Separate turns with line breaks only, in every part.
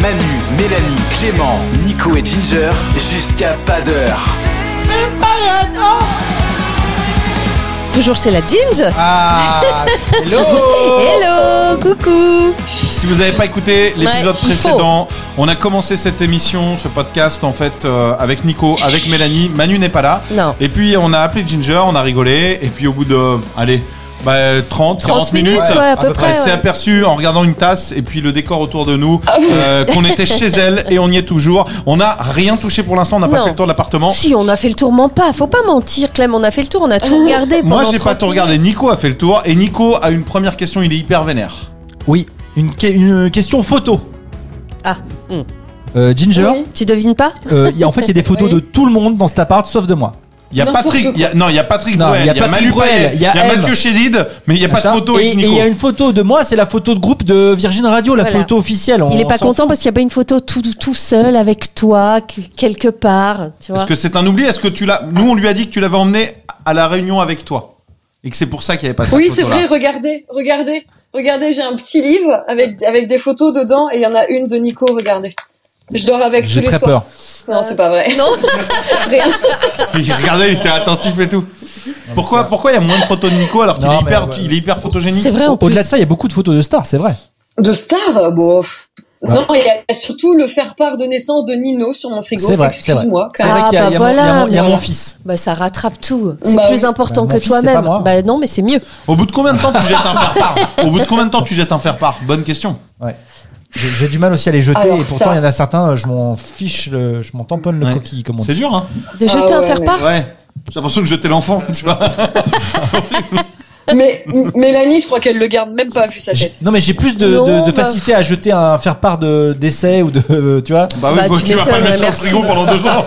Manu, Mélanie, Clément, Nico et Ginger jusqu'à pas d'heure.
Toujours chez la Ginge.
Ah, hello
Hello, coucou.
Si vous n'avez pas écouté l'épisode
Ouais, il faut.
précédent, on a commencé cette émission, ce podcast en fait euh, avec Nico, avec Mélanie. Manu n'est pas là.
Non.
Et puis on a appelé Ginger, on a rigolé. Et puis au bout de, allez, bah, 30, 40 minutes,
minutes, ouais, à peu près,
elle s'est
ouais. Ah
aperçue en regardant une tasse et puis le décor autour de nous euh, qu'on était chez elle et on y est toujours. On n'a rien touché pour l'instant, on n'a pas
Non.
fait le tour de l'appartement.
Si on a fait le tour, ment pas. Faut pas mentir, Clem. On a fait le tour, on a tout regardé.
Euh, Moi
pendant
j'ai pas
30
tout regardé, Nico a fait le tour et Nico a une première question, il est hyper vénère.
Oui, une, que- une question photo.
Ah, hmm.
Euh, Ginger,
minutes. Tu devines pas
euh, il y a- en fait, il y a des photos de tout le monde dans cet appart, sauf de moi.
Il y a Patrick, il y a- non, il y a Patrick
Non,
Bruel,
il y a
il y a
Patrick
Manu
Bruel,
Payet, il y a
M.
Mathieu Chédid, mais il n'y a pas de
Machin.
photo
et
avec
et il
Nico.
y a une photo de moi, c'est la photo de groupe de Virgin Radio, la
Voilà.
photo officielle.
Il
on
est pas
s'en
content parce qu'il n'y a pas une photo tout, tout seul avec toi, que- quelque part. Tu vois
Est-ce que c'est un oubli Est-ce que tu l'as Nous, on lui a dit que tu l'avais emmené à la réunion avec toi et que c'est pour ça qu'il n'y avait pas
Oui,
cette
c'est
photo-là.
vrai, regardez, regardez, regardez, j'ai un petit livre avec, avec des photos dedans et il y en a une de Nico, regardez. Je dors avec tous
J'ai
les
très
soirs.
peur.
Non, c'est pas vrai.
Non,
Rien.
Il regardait, il était attentif et tout. Pourquoi Pourquoi il y a moins de photos de Nico alors qu'il
Non,
est
mais
hyper,
ouais.
il est hyper photogénique
c'est vrai en plus.
Au-delà de ça, il y a beaucoup de photos de stars, c'est vrai.
De star, bof.
Ouais.
Non, il y a il y a surtout le faire part de naissance de Nino sur mon frigo.
C'est vrai, c'est vrai.
Excuse-moi.
C'est
Ah,
vrai qu'il y a,
bah
il y a mon- il y a mon- il y a mon
voilà.
fils.
Bah, ça rattrape tout. C'est
Bah
plus
oui.
important
Bah,
que
mon fils, c'est pas
toi-même.
moi.
Bah non, mais c'est mieux.
Au bout de combien de temps tu jettes un faire-part Au bout de combien de temps tu jettes un faire-part Bonne question.
Ouais. J'ai j'ai du mal aussi à les jeter,
Alors,
et pourtant,
ça-
il y en a certains, euh, je m'en fiche, le- je m'en tamponne le
Ouais.
coquille, comme on
C'est
dit.
dur, hein
De
Ah
jeter un
ouais,
faire
mais-
part.
Ouais. J'ai l'impression que jeter l'enfant, tu vois.
Mais M- Mélanie, je crois qu'elle le garde même pas vu sa
J'ai-
tête.
Non, mais j'ai plus de, de-
Non,
de
bah-
facilité à jeter un faire-part de- d'essai ou de. Tu vois
Bah oui,
Bah,
faut
tu
que tu vas pas
m'étonnes,
le mettre sur le
merci.
frigo pendant deux ans.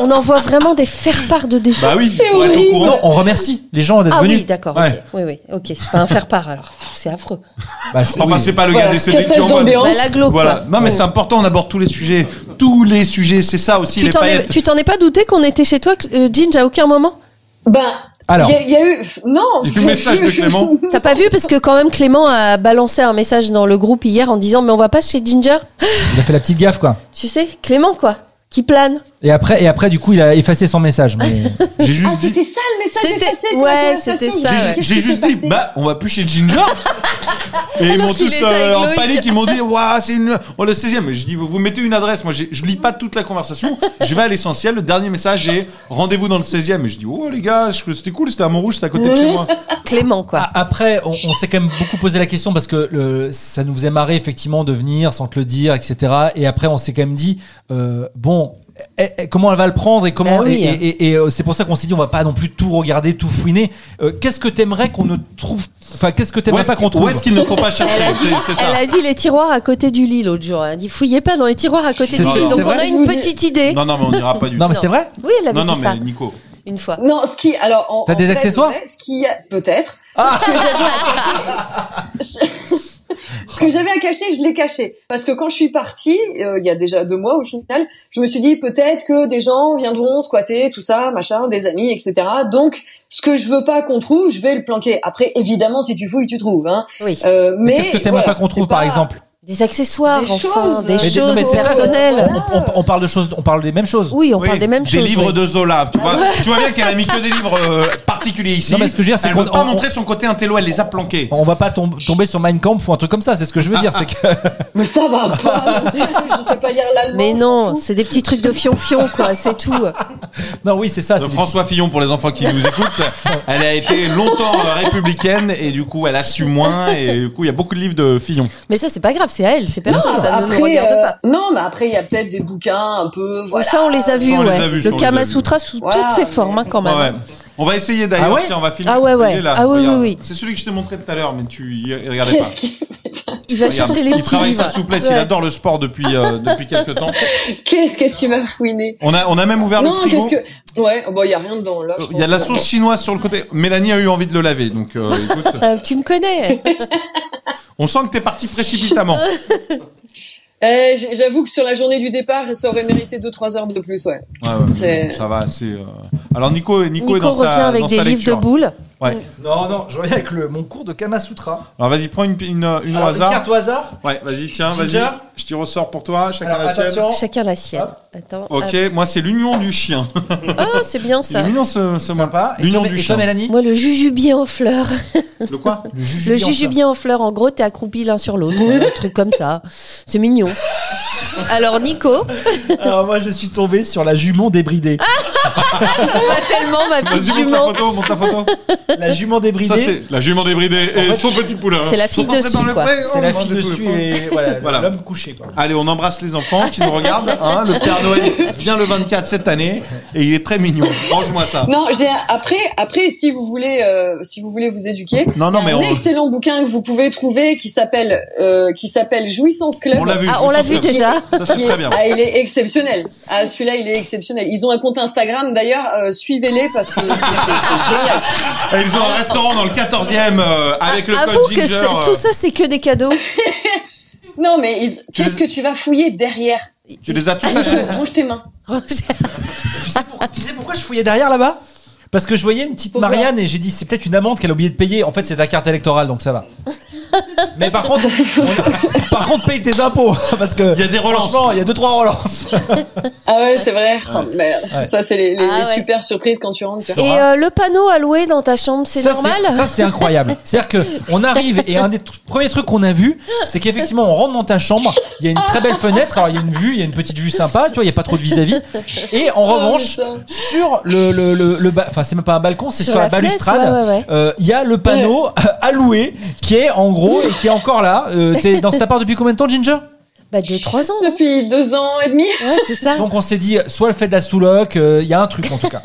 On envoie vraiment des faire part de dessins.
bah oui,
C'est
pour être au
horrible.
courant.
Non, on remercie les gens d'être
Ah
venus.
oui, d'accord.
Ouais.
ok. Oui, oui, ok. C'est pas un faire part alors. C'est affreux.
Bah, c'est-
Enfin,
oui.
c'est pas le
Voilà,
gars décédé
cassage
qui envoie.
d'ambiance.
Bah, la glauque,
Voilà.
quoi.
Non, mais c'est important, on aborde tous les sujets. Tous les sujets, c'est ça aussi,
Tu
les
t'en es,
paillettes.
tu t'en es pas douté qu'on était chez toi, euh, Ginge, à aucun moment
Ben, il
Alors.
y, a- il y a eu. Non
Il y a eu le message de Clément.
T'as pas vu parce que quand même Clément a balancé un message dans le groupe hier en disant mais on va pas chez Ginger.
Il a fait la petite gaffe, quoi.
Tu sais, Clément quoi, qui plane.
Et après, et après, du coup, il a effacé son message. mais-
J'ai
Ah,
juste dit,
c'était ça le message
C'était-
effacé, c'est
ouais,
la conversation.
c'était ça,
j'ai-
ouais.
Qu'est-ce
j'ai
qui
juste
s'est
dit,
passé
bah, on va plus chez Ginger. Et ils
Alors
m'ont
qu'il
tous
était
euh,
avec
en
Loïc.
panique, ils m'ont dit, waouh, c'est une, on le 16 e Je dis, vous mettez une adresse. Moi, j'ai- je lis pas toute la conversation. Je vais à l'essentiel. Le dernier message est, rendez-vous dans le 16 e Et je dis, oh les gars, je- c'était cool, c'était à Montrouge, c'était à côté de chez moi.
Clément quoi.
Ah, Après, on, on s'est quand même beaucoup posé la question parce que le- ça nous faisait marrer effectivement de venir sans te le dire, etc. Et après, on s'est quand même dit euh, bon, eh, eh, comment elle va le prendre et comment
Bah oui.
et, et- et- et, euh, c'est pour ça qu'on s'est dit on va pas non plus tout regarder, tout fouiner. Euh, qu'est-ce que t'aimerais qu'on ne trouve Enfin, qu'est-ce que
Où
t'aimerais
est-ce
pas qu'on
qu'il- où
trouve
est-ce qu'il ne faut pas chercher
Elle a, dit,
C'est- c'est ça.
elle a dit les tiroirs à côté du lit l'autre jour. Elle a dit fouillez pas dans les tiroirs à côté
C'est
du
vrai,
lit.
c'est
Donc on
vrai.
a
Je
une
vous dis-
petite idée.
Non, non, mais on n'ira pas du
Non, mais
Non.
c'est vrai.
Oui, elle avait
Non, non,
dit ça
mais Nico.
une fois.
Non, ce qui. Alors, en-
T'as
en
des
vrai,
accessoires
de vrai, Ce qui. Peut-être. Ce que j'avais à cacher- Ce que j'avais à cacher, je l'ai caché. Parce que quand je suis partie, euh, il y a déjà deux mois au final, je me suis dit peut-être que des gens viendront squatter, tout ça, machin, des amis, etc. Donc, ce que je veux pas qu'on trouve, je vais le planquer. Après, évidemment, si tu fouilles, tu trouves. Hein.
Oui.
Euh, mais
Qu'est-ce que t'aimerais
voilà,
pas qu'on
c'est
trouve, par exemple
Des accessoires,
Des
enfin,
choses.
des
Mais des-
Mais-
choses
mais c'est ça,
personnelles.
c'est- on, on- on parle de choses, on parle des mêmes choses.
Oui, on
Oui,
parle des mêmes
des
choses. Ah
livres
oui.
de Zola. Tu vois, tu vois bien qu'elle a mis que des livres euh, particuliers ici.
Non, mais ce que je veux dire, c'est
Elle
qu'on-
veut pas
on-
montrer son côté intello, elle les a planqués.
On va pas tom- tomber sur Mein Kampf ou un truc comme ça. C'est ce que je veux dire. c'est que
Mais ça va pas. non plus, je sais pas lire l'allemand.
Mais
je
non,
m'en fous.
c'est des petits trucs de fionfion quoi, c'est tout.
non, oui, Ah, c'est ça.
Euh,
c'est-
François Fillon, pour les enfants qui nous écoutent, elle a été longtemps euh, républicaine et du coup, elle a su moins et du coup, il y a beaucoup de livres de Fillon.
Mais ça c'est pas grave, c'est à elle, c'est perso, ça ne nous regarde
euh,
pas.
Non, mais après, il y a peut-être des bouquins un peu.
Bon,
Voilà.
Ça, on les a vus,
Ça, on les
ouais.
a vus, ça,
le
on les a
Kama
vus.
Sutra sous
Ouais,
toutes ses
mais-
formes, hein, quand même.
Ah ouais. On va essayer d'ailleurs.
Ah ouais
Tiens, on va filmer.
Ah ouais, ouais.
Il est là,
Ah oui,
regarde.
oui, oui.
C'est celui que je t'ai montré tout à l'heure, mais tu y y regardais pas.
Qu'est-ce qui-
Il va
Regarde.
chercher les
Il
petits
travaille
livres.
sa souplesse, il
Ouais.
adore le sport depuis, euh, depuis quelques temps.
Qu'est-ce que tu m'as fouiné
On a, on a même ouvert
Non,
le frigo. Euh,
qu'est-ce que. Ouais, oh, bah, il y a rien dedans, là. je
Il y
pense
a de la
que-
sauce chinoise sur le côté. Mélanie a eu envie de le laver, donc euh, écoute,
Euh, tu me connais.
on sent que t'es parti précipitamment.
Eh, j- J'avoue que sur la journée du départ, ça aurait mérité 2-3 heures de plus, ouais.
Ouais, ouais,
C'est-
bon, ça va, c'est. euh, Alors Nico, Nico,
Nico
est dans
revient
sa,
avec
dans
des
sa
livres de
lecture.
boules.
Ouais.
Non, non, je reviens avec le, mon cours de Kama Sutra.
Alors vas-y, prends une, une, une au
Alors, une
hasard.
carte au hasard.
Ouais, vas-y, tiens, vas-y.
Ginger
Je t'y ressors pour toi, chacun
Alors,
la sienne.
Oh.
attention.
Chacun la sienne.
Hop.
Attends.
Ok, moi c'est l'union du chien.
hop. Ah, c'est bien
C'est
ça.
mignon ce, ce mot.
Sympa. Et
L'union
toi,
du
et toi,
chien.
Mélanie
Moi, le jujubier en fleurs.
Le quoi
Le jujubier.
Le
en fleurs.
jujubier en fleurs, en gros, t'es accroupi l'un sur l'autre. un truc comme ça. C'est mignon. Alors, Nico,
Alors, moi, je suis tombé sur la jument débridée.
pas tellement ma petite
Vas-y, montre la
jument.
photo, montre la photo.
La jument
Ça,
débridée.
c'est la jument débridée et
En fait,
son
c'est-
petit poulain.
c'est la fille
Sont entrés
dessus,
dans le
quoi.
pré, Oh,
C'est
on
la
mange
fille
de tous les
dessus
fous.
et voilà,
Voilà.
l'homme couché. Quoi.
Allez, on embrasse les enfants qui nous regardent. hein. le Père Noël vient le 24 cette année et il est très mignon. Range-moi ça.
Non, j'ai après après si vous voulez euh, si vous voulez vous éduquer,
Non, non, mais
un
on,
excellent bouquin que vous pouvez trouver qui s'appelle euh, qui s'appelle Jouissance Club.
on l'a vu.
Ah,
je
on
me
l'a
sens
vu
bien.
déjà.
Ça, c'est
qui
très
est-
bien.
Ah, il est exceptionnel. Ah, celui-là, il est exceptionnel. Ils ont un compte Instagram d'ailleurs. euh, Suivez-les parce que c'est- c'est c'est génial.
Et ils ont un restaurant dans le 14e euh, avec le
Ah, Avoue
code
que
Ginger.
ce-
euh,
tout ça, c'est que des cadeaux.
Non, mais ils-
Tu
qu'est-ce que tu vas fouiller derrière
Tu les as
Ah,
tous achetés.
Nico, Range tes mains.
Tu sais, pour- tu sais pourquoi je fouillais derrière là-bas Parce que je voyais une petite
Pourquoi
Marianne et j'ai dit c'est peut-être une amende qu'elle a oublié de payer. En fait, c'est ta carte électorale donc ça va. Mais par contre, on- par contre, paye tes impôts parce que
Il y a des relances.
franchement, il y a deux trois relances.
Ah ouais, c'est vrai. Oh, merde.
Ouais.
Ça, c'est les, les-
Ah
les
ouais.
super surprises quand tu rentres. tu vois.
Et euh, le panneau alloué dans ta chambre, c'est
Ça,
normal
Ça c'est incroyable. C'est-à-dire que on arrive et un des tr- premiers trucs qu'on a vu, c'est qu'effectivement on rentre dans ta chambre, il y a une très belle fenêtre, alors il y a une vue, il y a une petite vue sympa, tu vois, il y a pas trop de vis-à-vis. Et en revanche,
mais ça.
sur le le le, le ba- enfin c'est même pas un balcon, c'est sur, la,
fenêtre,
balustrade.
ouais, ouais, ouais.
Euh, il y a le panneau euh, alloué qui est en gros et qui est encore là. Euh, T'es dans cet appart depuis combien de temps, Ginger
Bah, deux, trois ans.
Depuis deux ans et demi.
Ouais, c'est ça.
Donc on s'est dit, soit le fait de la sous-loc, euh, il y a un truc en tout cas.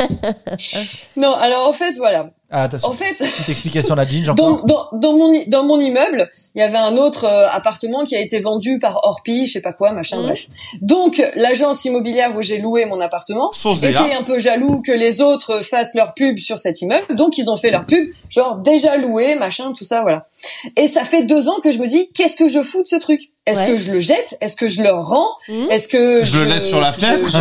Non, alors en fait, voilà.
Ah, attention,
Oh.
En fait,
petite explication là, Ginger.
dans, dans, dans, mon, i- dans mon immeuble, il y avait un autre euh, appartement qui a été vendu par Orpi, je sais pas quoi, machin,
Mhm.
bref. Donc, l'agence immobilière où j'ai loué mon appartement
Sauzé,
était
là.
un peu jaloux que les autres fassent leur pub sur cet immeuble. Donc, ils ont fait leur pub, genre déjà loué, machin, tout ça, voilà. Et ça fait deux ans que je me dis, qu'est-ce que je fous de ce truc Est-ce
Ouais.
que je le jette Est-ce que je le rends
Mhm.
Est-ce que
Je le laisse sur la fenêtre.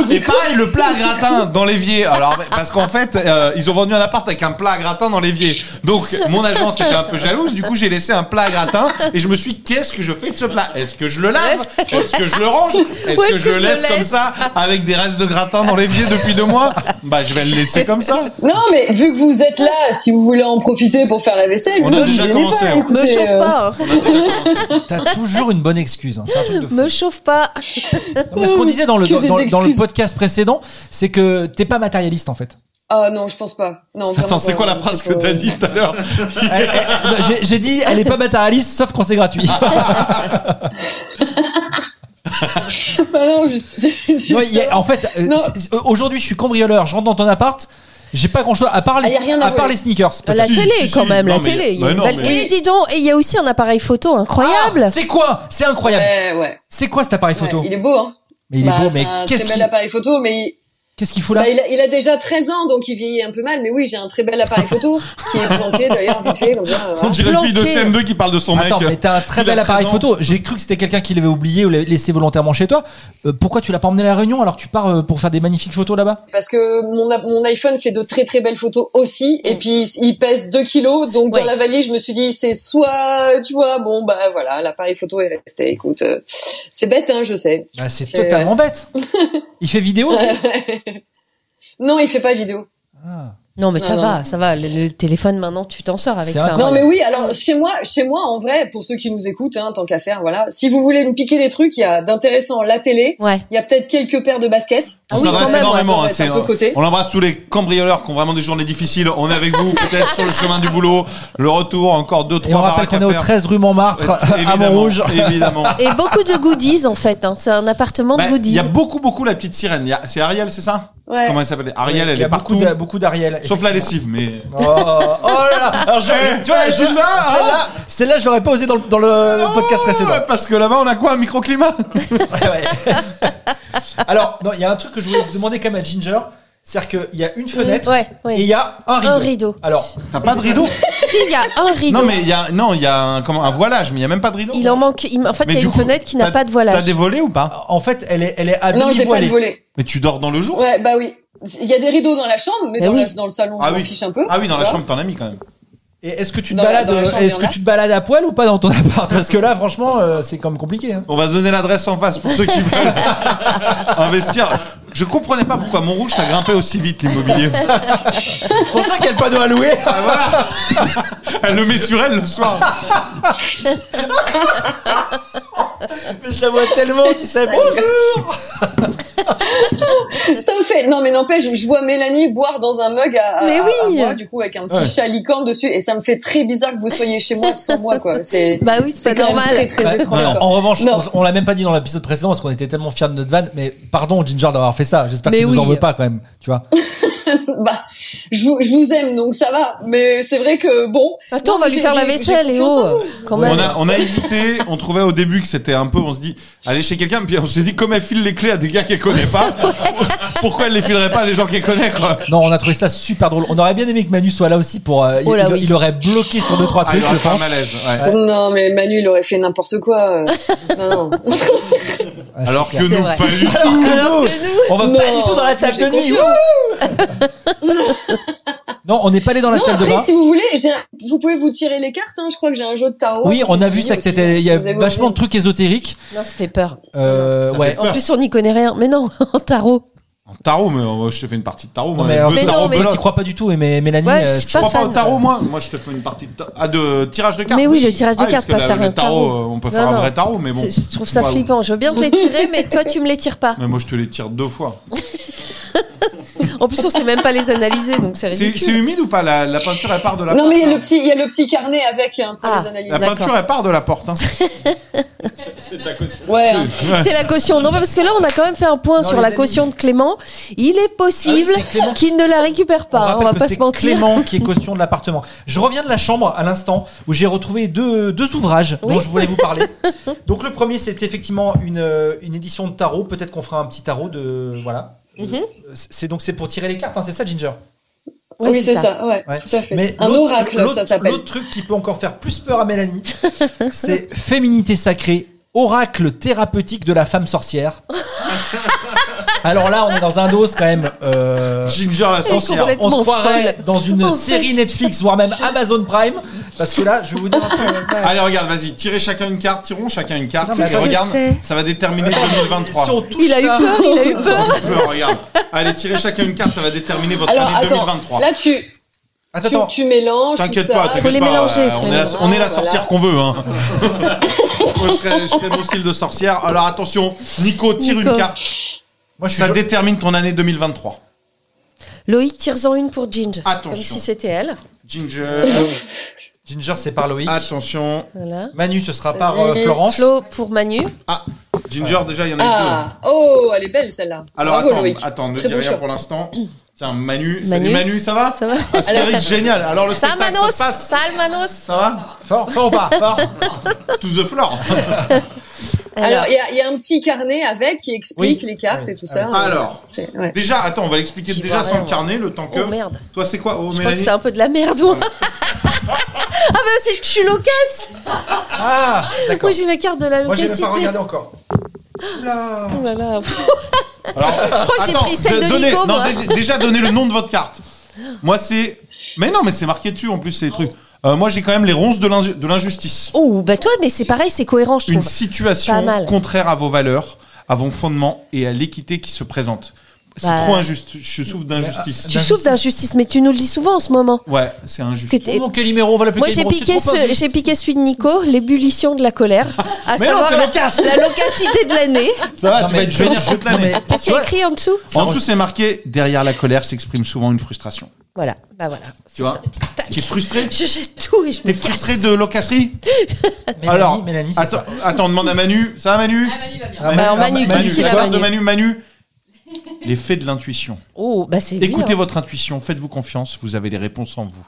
Et du
Et pareil, le plat à gratin dans l'évier. Alors, parce qu'en fait, euh, ils ont vendu un appart avec un plat à gratin dans l'évier. Donc, mon agence était un peu jalouse. Du coup, j'ai laissé un plat à gratin et je me suis dit, qu'est-ce que je fais de ce plat Est-ce que je le lave Est-ce que je le range Est-ce
Où
que, je le laisse comme ça avec des restes de gratin dans l'évier depuis deux mois Bah, je vais le laisser comme ça.
Non, mais vu que vous êtes là, si vous voulez en profiter pour faire la vaisselle,
On a
moi,
déjà
je gênais
commencé,
Pas,
hein.
Me
écoutez,
chauffe
euh,
pas. hein.
T'as toujours une bonne excuse. hein, c'est un truc de fou.
Me chauffe pas.
Non, mais ce qu'on disait dans le,
Que
dans,
des
dans- dans le
excuses.
podcast précédent, c'est que t'es pas matérialiste en fait.
Ah non, je pense pas. Non, vraiment
Attends, c'est
pas,
quoi la
non,
phrase
c'est
que
pas-
t'as dit tout à l'heure
Elle- elle- non, j'ai- J'ai dit, elle est pas matérialiste sauf quand c'est gratuit.
Ah, Bah non, juste. juste-
Ouais, il y a- en fait, euh,
Non.
c'est- c'est- aujourd'hui je suis cambrioleur, je rentre dans ton appart, j'ai pas grand chose à part
Ah,
les,
y a rien à
à part
voler.
les sneakers.
La
Si,
télé,
si, si.
quand même,
Non,
la
mais-
télé. il y a
bah
une
non,
belle-
mais-
Et dis donc, et il y a aussi un appareil photo incroyable.
Ah, c'est quoi C'est incroyable.
Ouais, ouais.
C'est quoi cet appareil photo
Ouais, il est beau, hein.
Mais il
Bah,
est beau,
c'est
mais
un
qu'est-ce
très bel
qu'il
appareil photo, mais il,
qu'est-ce qu'il fout là
bah, il, a, il a déjà 13 ans, donc il vieillit un peu mal. Mais oui, j'ai un très bel appareil photo qui est planqué d'ailleurs, vite fait, comme ça. voilà.
On dirait une fille de
Planqué.
CM2 qui parle de son
Hein Attends, mais
mec.
t'as un très
Il a
bel
13
appareil
ans.
photo. J'ai cru que c'était quelqu'un qui l'avait oublié ou l'a laissé volontairement chez toi. Euh, pourquoi tu l'as pas emmené à la Réunion alors que tu pars euh, pour faire des magnifiques photos là-bas
Parce que mon, a- mon iPhone fait de très très belles photos aussi, et puis il pèse 2 kilos, donc
Mm. Ouais.
dans la valise, je me suis dit, c'est soit, tu vois, bon, bah voilà, l'appareil photo est resté, écoute, euh, c'est bête, hein, je sais.
Bah, C'est
C'est-
totalement bête. Il fait vidéo aussi.
non, il fait pas vidéo.
Ah.
Non, mais ça
Non,
va, ça va. Le, le téléphone, maintenant, tu t'en sors avec
C'est
ça.
incroyable.
Non, mais oui, alors, chez moi, chez moi, en vrai, pour ceux qui nous écoutent, hein, tant qu'à faire, voilà, si vous voulez me piquer des trucs, il y a d'intéressant la télé,
hein. Ouais.
il y a peut-être quelques paires de baskets.
Ah
On
oui,
s'adresse
quand même,
énormément. hein,
ouais, on va
c'est-
être un peu côté.
on l'embrasse tous les cambrioleurs qui ont vraiment des journées difficiles. On est avec vous, peut-être sur le chemin du boulot. Le retour, encore deux,
Et on
trois
rappelle
baraques
qu'on
à
est au
faire. Euh,
13 rue Montmartre à
Évidemment,
Montrouge.
Évidemment.
Et beaucoup de goodies, en fait. hein. C'est un appartement
Bah,
de
Il
goodies.
y a beaucoup, beaucoup la petite sirène. Il y a- C'est Ariel, c'est ça
Ouais.
Comment elle s'appelle Ariel,
Il
elle
y a
est
beaucoup
partout.
d'a- Beaucoup d'Ariel.
Sauf la lessive, mais.
Oh, oh là là Alors je,
Eh,
tu vois,
eh,
je-
Gilda, hein Ah
celle-là, celle-là, je l'aurais pas osé dans le, dans le podcast précédent.
Ouais, parce que là-bas, on a quoi Un microclimat
Ouais, ouais. Alors, non, il y a un truc que je voulais vous demander quand même à Ginger. C'est-à-dire qu'il y a une fenêtre
Ouais, ouais.
et il y a un rideau.
Un rideau.
Alors,
T'as pas de rideau
S'il y a un rideau,
Non, mais il y a, non, il y a un, comment, un voilage, mais il y a même pas de rideau.
il en manque. il- en fait,
Mais
il y a
du
une
coup,
fenêtre qui n'a
t'as-
pas de
T'as
voilage.
des volets ou pas
en fait, elle est, elle est à
Non,
demi
j'ai pas de
voilée.
volet.
Mais tu dors dans le jour
Ouais, bah oui. Il y a des rideaux dans la chambre, mais
Bah
dans,
oui.
la- dans le salon,
Ah
je m'en
oui.
fiche un peu.
Ah oui, dans la
tu vois.
chambre, t'en as mis quand même.
Et est-ce que tu te
Dans la-
balades, euh,
dans la chambre,
est-ce
il y
que
en a.
tu te balades à poil ou pas dans ton appart Parce que là, franchement, euh, c'est comme compliqué. hein.
On va donner l'adresse en face pour ceux qui veulent investir. Je comprenais pas pourquoi Montrouge ça grimpait aussi vite l'immobilier.
C'est pour ça qu'il y a le panneau à louer.
Elle le met sur elle le soir.
Mais je la vois tellement, tu sais.
Ça
Bonjour.
Ça me fait. Non, mais n'empêche, je vois Mélanie boire dans un mug à, à-
Mais
à-
oui.
à moi, du coup, avec un petit
Ouais.
chalicorne dessus, et ça me fait très bizarre que vous soyez chez moi sans moi, quoi. C'est
Bah oui, c'est
c'est quand même
normal.
très, très
Ouais,
étrange.
non,
quoi.
en revanche,
Non.
on, on l'a même pas dit dans l'épisode précédent parce qu'on était tellement fiers de notre vanne. Mais pardon, Ginger, d'avoir fait ça. J'espère que
Mais
tu nous en
oui.
veux pas quand même. Tu vois.
bah, je vous, je vous aime, donc ça va. Mais c'est vrai que bon.
Attends,
Non,
on va lui
j'ai-
faire la
j'ai- j'ai
vaisselle, et
confiance en
oh,
vous.
quand
On
même.
a, on a hésité, on trouvait au début que c'était un peu, on se dit, aller chez quelqu'un, puis on s'est dit, comme elle file les clés à des gars qu'elle connaît pas, pourquoi elle les filerait pas à des gens qu'elle connaît, quoi
Non, on a trouvé ça super drôle. On aurait bien aimé que Manu soit là aussi pour. euh, il-
Oh là
il,
oui.
il aurait bloqué sur deux trois
Ah, il
trucs,
aurait
je
fait un
pense.
malaise, ouais.
Non, mais Manu, il aurait fait n'importe quoi. euh. non, non.
Ah, c'est
Alors que
clair.
C'est
nous,
vrai.
pas du tout.
Alors que nous,
On va
Non,
pas du tout dans la table
j'ai
de nuit.
confiance.
wouh Non, on n'est pas allé dans la
Non,
salle de
après,
bain.
si vous voulez, j'ai un- vous pouvez vous tirer les cartes. Hein. Je crois que j'ai un jeu de tarot.
Oui, on a vu
Aussi,
ça que t'étais. Il y a
si vous avez
vachement de
envie.
trucs ésotériques.
Non, ça fait peur.
Euh, ouais.
En plus, on n'y connaît rien. Mais non, en tarot.
En tarot, mais euh, je te fais une partie de tarot, moi.
Non, mais,
Deux
euh,
mais
tarots
non, mais-
blancs.
Toi, t'y crois pas du tout, mais- mais Mélanie,
Ouais,
euh,
je suis
si-
Tu
pas
crois pas
fan,
au tarot,
ça.
moi Moi, je te fais une partie de, ta- ah, de tirage de cartes.
Mais oui, le tirage de
Ah, parce
cartes,
que
pas
la-
faire
le
un tarot.
euh, On peut
Non,
faire un
non.
vrai tarot, mais bon.
C'est- Je trouve ça
Waouh.
flippant. Je veux bien te les tirer, mais toi, tu me les tires pas.
Mais moi, je te les tire deux fois.
Bah, En plus, on sait même pas les analyser, donc c'est
C'est c'est
ridicule.
humide ou pas la, la peinture, elle part de la
Non,
porte.
mais il y a
hein.
le petit, il y a le petit carnet avec hein, pour
Ah.
les analyses.
La
D'accord.
peinture, elle part de la porte. Hein.
Ouais. hein.
Ouais.
C'est la caution. Non, mais parce que là, on a quand même fait un point
Non,
sur
les
la
amis.
caution de Clément. Il est possible
Ah oui, c'est Clément.
qu'il ne la récupère pas. hein, On,
rappelle
va
que
pas
c'est
se mentir.
Clément qui est caution de l'appartement. Je reviens de la chambre à l'instant où j'ai retrouvé deux, deux ouvrages dont
Oui.
je voulais vous parler. Donc le premier c'était effectivement une, euh, une édition de tarot. Peut-être qu'on fera un petit tarot de voilà.
Mhm.
Euh, C'est donc c'est pour tirer les cartes, hein, c'est ça Ginger.
Ouais,
oui,
c'est
c'est ça. ouais,
Ouais.
Tout à fait.
Mais
un
l'autre-
oracle,
l'autre-
ça s'appelle.
L'autre truc qui peut encore faire plus peur à Mélanie, c'est féminité sacrée, oracle thérapeutique de la femme sorcière. Alors là, on est dans un dos quand même. euh,
Ginger, la sorcière.
complète.
on se
complètement
croirait
folle.
dans une
En fait.
série Netflix, voire même Amazon Prime, parce que là, je vais vous dire un truc.
Allez, regarde, vas-y, tirez chacun une carte, tirons chacun une carte.
Non, mais
Et
attends.
regarde,
Je sais.
ça va déterminer 2023.
Si on touche
Il a eu
ça-
peur, il a eu peur.
Je pleure, regarde. Allez, tirez chacun une carte, ça va déterminer votre
Alors
année
attends,
2023.
là tu,
Attends,
tu,
attends.
tu mélanges. tout
T'inquiète
ça.
pas,
Faut
t'inquiète
les
pas.
mélanger,
euh,
faut
on,
les
est la,
mélanger.
on est la
Voilà.
sorcière qu'on veut. Hein. Moi, je serais, je serais mon style de sorcière. Alors attention, Nico, tire
Nico.
une carte.
Moi, je suis
Ça
jo-
détermine ton année 2023.
Loïc tire-en une pour Ginger.
Attention.
Comme si c'était elle.
Ginger,
Ginger, c'est par Loïc.
attention.
Voilà.
Manu, ce sera par euh, Florence.
Flo pour Manu.
Ah, Ginger, déjà, il y en a eu
Ah, oh, elle est belle celle-là.
deux. Alors
Bravo,
attends,
Loïc.
attends, ne
Très
dis
beau
rien
choix.
pour l'instant. Tiens, Manu.
Manu.
Salut Manu, ça va
Ça va
Ah, Cyril, génial. Alors le
Ça,
spectacle, ça
Manos
se passe
Ça, le Manos
Ça va
Fort, fort ou pas Fort.
To the floor.
Alors il y a, il y a un petit carnet avec qui explique
Oui.
les cartes
Ouais.
et tout ça.
Ah Alors,
C'est- ouais.
déjà, attends, on va l'expliquer
J'y
déjà
vois
sans
rien,
le carnet, le temps que.
Oh merde.
Toi, c'est quoi Oh,
Je crois que
Mélanie
c'est un peu de la merde, moi. ah, bah, c'est que je suis loquace.
Ah, d'accord.
Moi, j'ai la carte de la
Moi, j'ai même
locacité.
pas regardé encore. Oula.
Oh là là.
Alors, je
crois que j'ai pris celle de
donnez,
Nico,
non,
moi.
dé- Déjà, donnez le nom de votre carte. Moi, c'est. Mais non, mais c'est marqué dessus en plus, c'est des trucs. Euh, moi, j'ai quand même les ronces de l'inju- de l'injustice.
Oh, bah toi, mais c'est pareil, c'est cohérent, je
Une
trouve. Pas
situation
mal.
contraire à vos valeurs, à vos fondements et à l'équité qui se présente. C'est
Bah.
trop injuste. Je souffre d'injustice.
Tu souffres d'injustice, mais tu nous le dis souvent en ce moment.
Ouais, c'est injuste.
Que
Oh,
t'es-
mon Calimero, on va l'appeler
Moi, j'ai
Calimero, c'est
piqué,
trop pas
ce,
vu.
j'ai piqué celui de Nico, l'ébullition de la colère, à
Mais non,
savoir
t'es
la,
loquace.
la locacité de l'année.
Ça va,
Non,
tu
mais
vas être
je-
vénère
je-
toute
non,
l'année.
mais-
Qu'est-ce qu'il y a écrit en dessous
En dessous, c'est marqué derrière la colère s'exprime souvent une frustration.
Voilà, bah voilà.
Tu vois Tu es frustré
Je jette tout et je me
T'es
casse.
frustré de l'ocasserie
Mélanie,
Alors,
Mélanie, c'est
attends,
ça.
attends, demande à Manu. Ça va, Manu
Ah,
Alors, bah, Manu,
Manu,
qu'est-ce qu'il a,
la de
Manu
Manu, Manu. L'effet de l'intuition.
Oh, bah c'est lui,
Écoutez
hein.
votre intuition, faites-vous confiance, vous avez les réponses en vous.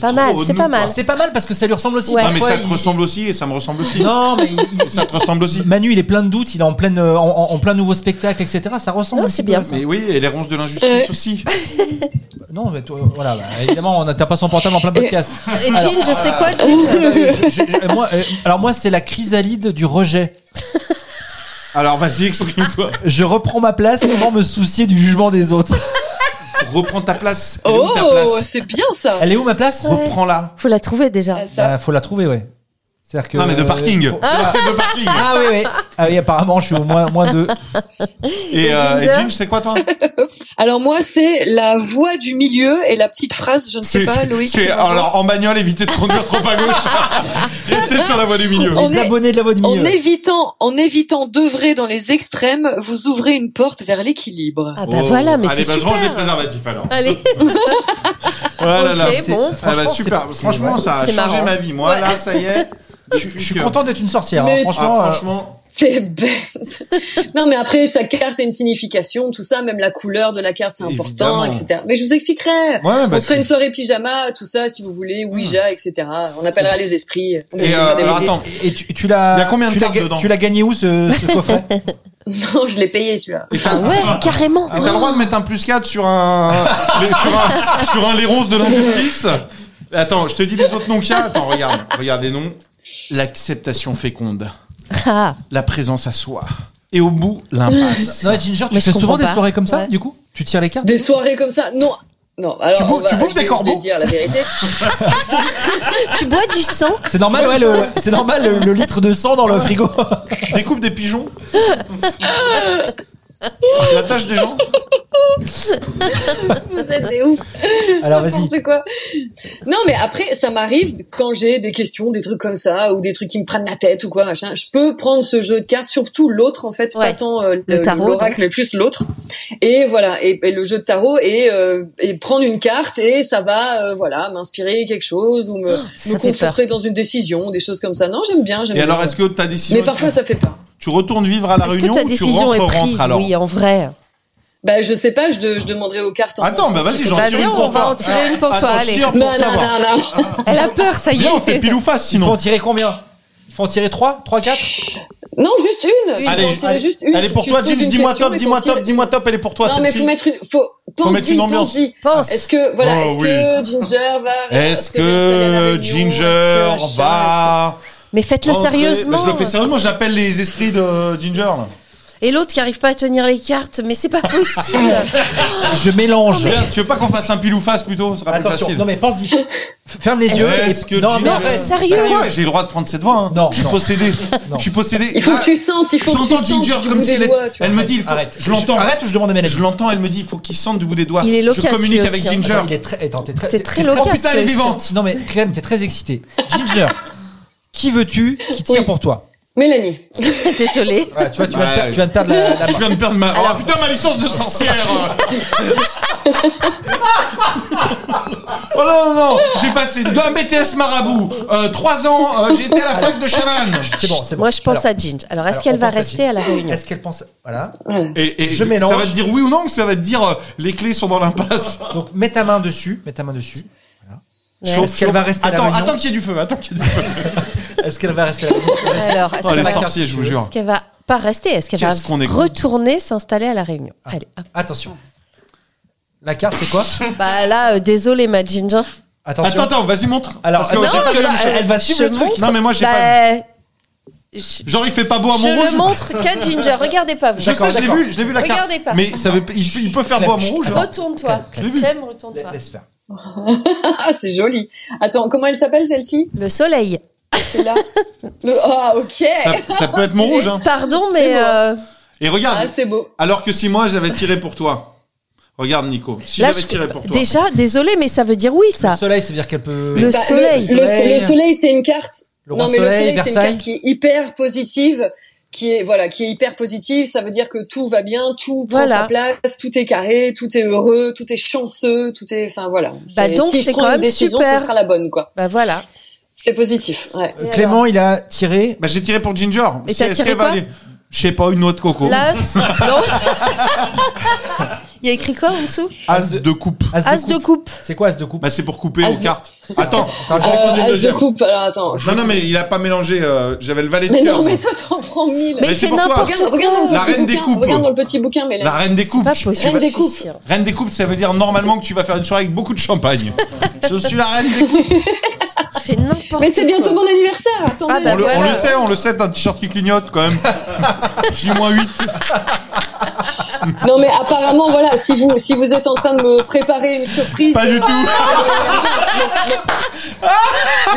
Pas mal, c'est pas mal.
C'est pas mal parce que ça lui ressemble aussi.
Ouais.
Non, Ah, mais
Parfois,
ça te
il-
ressemble aussi et ça me ressemble aussi.
Non, mais il-
Et ça te ressemble aussi.
il- Manu, il est plein de doutes, il est en, pleine, euh, en, en- en plein nouveau spectacle, etc. Ça ressemble.
Non,
un petit
c'est
peu
bien.
à ça.
Mais oui, et les ronces de l'injustice aussi.
Non, mais toi, voilà, bah, évidemment, on n'atteint pas son portable en plein podcast.
Et
Alors,
Jean, je sais quoi, Jean
Je- je- euh, moi, euh, alors moi, c'est la chrysalide du rejet.
Alors vas-y, exprime-toi.
Je reprends ma place sans me soucier du jugement des autres.
Reprends ta place. Elle est où ta
Oh,
place
c'est bien ça.
Elle est où ma place
Ouais.
Reprends-la.
Faut la trouver déjà.
Ah, ça.
Bah, Faut la trouver, ouais. C'est-à-dire que.
Non, mais de parking.
faut-
C'est la fête de parking.
Euh, Ah oui, oui. Ah oui, apparemment, je suis au moins, moins deux.
Et, euh, et
Ginger.
Ginge, c'est quoi toi
Alors moi, c'est la voix du milieu et la petite phrase, je ne sais
C'est-
pas, Loïc.
c'est-
tu vas voir.
Alors en bagnole, évitez de conduire trop à gauche. Restez sur la voie du milieu.
On
Les
est-
abonnés de la voix du
En
milieu.
évitant, en évitant d'œuvrer dans les extrêmes, vous ouvrez une porte vers l'équilibre.
Ah bah
Oh.
voilà, mais
Allez,
c'est
bah, je range les
super.
préservatifs alors.
Allez,
Ah là là.
ok, bon.
Ah bah
Franchement,
super.
c'est-
Franchement,
c'est-
ça a
c'est
changé
marrant.
ma vie. Moi,
Ouais.
là, ça y est.
Je, je suis content d'être une sorcière. hein.
Mais-
Ah,
Franchement, euh,
franchement.
T'es bête. non, mais après, chaque carte a une signification, tout ça, même la couleur de la carte, c'est important,
Évidemment.
etc. Mais je vous expliquerai.
Ouais, bah,
on se ferait
c'est- Hmm.
une soirée pyjama, tout ça, si vous voulez, Ouija, etc. On appellera les esprits. On
Et,
appellera
euh,
des
alors,
médiums.
attends.
et tu, tu l'as.
Il y a combien de
tu l'as
cartes
ga-
dedans
Tu l'as gagné où ce, ce coffret
Non, je l'ai payé celui-là.
Et
Ah
t'as
ouais, carrément.
et t'as le droit de mettre un plus 4 sur un. les- sur un, sur un les ronces de l'injustice Attends, je te dis les autres noms qu'il y a. Attends, regarde. Regarde les noms. L'acceptation féconde.
Ah,
La présence à soi. Et au bout, l'impasse.
Non, mais Ginger, tu
Mais je
fais souvent
comprends
des
pas.
soirées comme ça,
Ouais.
du coup Tu tires les cartes
Des soirées comme ça, non. Non, alors
Tu bouffes-
on va-
tu bouffes
je vais
des
vous
corbeaux
dire la vérité.
tu bois du sang
C'est normal, ouais, le, c'est normal le, le litre de sang dans le frigo.
Découpe des pigeons. La tâche des gens.
Vous êtes des ouf.
Alors Ah, vas-y.
N'importe quoi. Non, mais après, ça m'arrive quand j'ai des questions, des trucs comme ça, ou des trucs qui me prennent la tête ou quoi, machin. Je peux prendre ce jeu de cartes, surtout l'autre, en fait,
Ouais.
pas tant euh,
Le
le-
tarot,
l'oracle,
donc.
mais plus l'autre. Et voilà, et, et le jeu de tarot, et, euh, et prendre une carte, et ça va, euh, voilà, m'inspirer quelque chose, ou me,
Oh, ça
me
fait peur.
concentrer dans une décision, des choses comme ça. Non, j'aime bien, j'aime
Et
bien.
alors, est-ce que ta décision.
mais parfois, ça fait pas.
Tu retournes vivre à la
Est-ce
Réunion
que ta
ou tu
décision
rentres,
est prise
rentres alors
Oui, en vrai.
Bah, je sais pas, je, de- je demanderai aux cartes. en
Attends,
main.
bah vas-y, j'en
Bah,
tire une
viens,
pour
on va
toi.
en tirer une pour
Attends,
toi,
je
allez.
tire pour
Non, non,
savoir.
non, non.
Elle a peur, ça y
Viens, on fait
est.
pile ou face
Il faut
sinon.
en tirer combien Il faut en tirer 3 3, 4
Non, juste une.
Une.
Je
Allez,
pense qu'il y en a
allez,
juste une.
Elle est pour
Tu
toi,
poses
Jim.
une
Dis-moi
question
top,
et
dis-moi
t'en tires-
top, dis-moi top. Elle est pour toi
Non, mais faut
celle-ci.
mettre une, faut, pense-y,
mettre une ambiance.
pense-y.
Pense.
Est-ce que, voilà,
Oh,
est-ce
oui.
que Ginger va.
Est-ce
se réveiller à la
que
réunion
Ginger
Est-ce que machin,
va
Mais faites-le
rentrer-
bah,
sérieusement.
Je le fais sérieusement. J'appelle les esprits de Ginger. là.
Et l'autre qui arrive pas à tenir les cartes, mais c'est pas possible.
Je mélange.
Viens, Tu veux pas qu'on fasse un pile ou face plutôt Ce sera Ah, plus
Attention,
facile.
non mais pense-y. F- Ferme les yeux.
Est-ce
et-
que
non,
Ginger-
mais après-
sérieux
Bah ouais, J'ai le droit de prendre cette voix. hein.
Non,
Je suis
non.
possédé.
Non.
Je suis possédé.
est-ce que- Il faut
Là,
que tu sentes, il faut que tu
Ah, J'entends
sentes.
Ginger
du
comme
bout
si
des
elle, est-
doigts, tu
elle
vois.
me dit, il faut,
Arrête.
je l'entends.
Arrête ou je demande à
Je
Mélanie.
l'entends, elle me dit, il faut qu'il sente du bout des doigts.
Il est
Je
loquace, lui
communique avec
aussi, hein.
Ginger.
Attends, il est très, attends, t'es très,
T'es
très
très
Oh
loquace.
putain, elle
toi
est
aussi.
vivante.
Non mais Clem, t'es très excité. Ginger, qui veux-tu qui tire
Oui.
pour toi
Mélanie.
Désolée.
Voilà, Tu vois, tu vas,
Ouais.
te per- tu vas te perdre la. la-
Je viens de perdre ma. Oh putain, ma licence de sorcière Oh non, non, non J'ai passé d'un BTS marabout, euh, trois ans, euh, j'ai été à la fac de chaman
C'est bon, c'est bon.
Moi, je pense
Alors,
à Ginge. Alors, est-ce
alors,
qu'elle
on
va
pense à
rester
Ginge.
à la réunion
Est-ce qu'elle pense. Voilà.
et, et
Je mélange.
Ça va te dire oui ou non, ou ça va te dire euh, les clés sont dans l'impasse
Donc mets ta main dessus. Mets ta main dessus.
Ouais.
Est-ce qu'elle va rester à la
Attends,
réunion
attends qu'il y ait du feu, attends qu'il y ait du feu
Est-ce qu'elle va rester à la réunion
Alors, est-ce
Oh les
qu'elle va,
sorciers, je vous jure
est-ce qu'elle va pas rester Est-ce qu'elle va
Qu'est-ce qu'on est con.
retourner s'installer à la réunion
Ah.
Allez, hop.
Attention. La carte, c'est quoi
Bah là, euh, désolée, ma Ginger.
Attention.
Attends, attends, vas-y montre
Alors,
Parce que
non,
j'ai pas
parce que
vu
là,
le
elle, elle va suivre
euh, Je
le truc.
montre.
Non mais moi j'ai
Bah,
pas...
je,
Genre il fait pas beau à
je le
Montrouge
montre qu'à Ginger. Regardez pas, vous.
Je sais, je l'ai
D'accord,
vu, je l'ai vu la carte
Regardez pas.
Mais ça veut... il, il peut faire
Clem,
beau à Montrouge
chut,
hein.
Retourne-toi.
Je
l'ai vu.
J'aime,
La-
retourne-toi.
Laisse faire.
Ah, c'est joli. Attends, comment elle s'appelle celle-ci
Le soleil.
C'est là Le- Ah, ok.
ça, ça peut être Montrouge hein.
Pardon,
C'est
mais
moi.
euh,
Et regarde,
Ah, c'est beau.
Alors que si moi j'avais tiré pour toi. Regarde Nico, si
là,
j'avais
je-
tiré pour toi.
déjà, désolé, mais ça veut dire oui,
Le
ça.
soleil, ça veut dire qu'elle peut.
Le
Le,
Bah,
soleil.
Le, le soleil, c'est une carte.
roi
non,
soleil,
mais le soleil, c'est une
Versailles.
carte qui est hyper positive, qui est voilà, qui est hyper positive. Ça veut dire que tout va bien, tout prend
Voilà.
sa place, tout est carré, tout est heureux, tout est chanceux, tout est, enfin voilà.
Bah, donc,
si je
c'est
prends
quand
une
même
décision,
super.
Ce sera la bonne quoi.
Bah voilà.
C'est positif. Ouais.
Euh, Clément, il a tiré.
Bah j'ai tiré pour Ginger.
Et t'as
Est-ce
tiré
qu'elle va
quoi
aller- Je sais pas, une noix de coco.
Las. Non. Il y a écrit quoi en dessous
As de coupe.
As
As de coupe.
C'est quoi As de coupe
Bah, c'est pour couper
As
aux
de-
cartes. Attends,
Euh,
j'en
Euh,
connais le
as de
deuxième.
coupe, alors attends.
Non, non, mais il a pas mélangé. euh, J'avais le valet de
Mais
cœur.
non, mais toi, t'en prends mille.
Mais,
Mais
c'est
c'est pour toi.
n'importe
regarde,
quoi.
regarde dans le
La
petit
reine des
bouquin,
coupes.
Regarde dans le petit bouquin, mais
La reine des coupes.
Pas possible.
Reine des coupes.
Reine des coupes, ça veut dire normalement que tu vas faire une soirée avec beaucoup de champagne. Je suis la reine des coupes.
Il fait n'importe quoi.
Mais c'est bientôt mon anniversaire. Attendez.
Ah, bah,
On le, on
voilà.
le sait, on le sait, t'as un t-shirt qui clignote quand même. J-8.
Non mais apparemment voilà, si vous si vous êtes en train de me préparer une surprise,
Pas du tout.
Oh.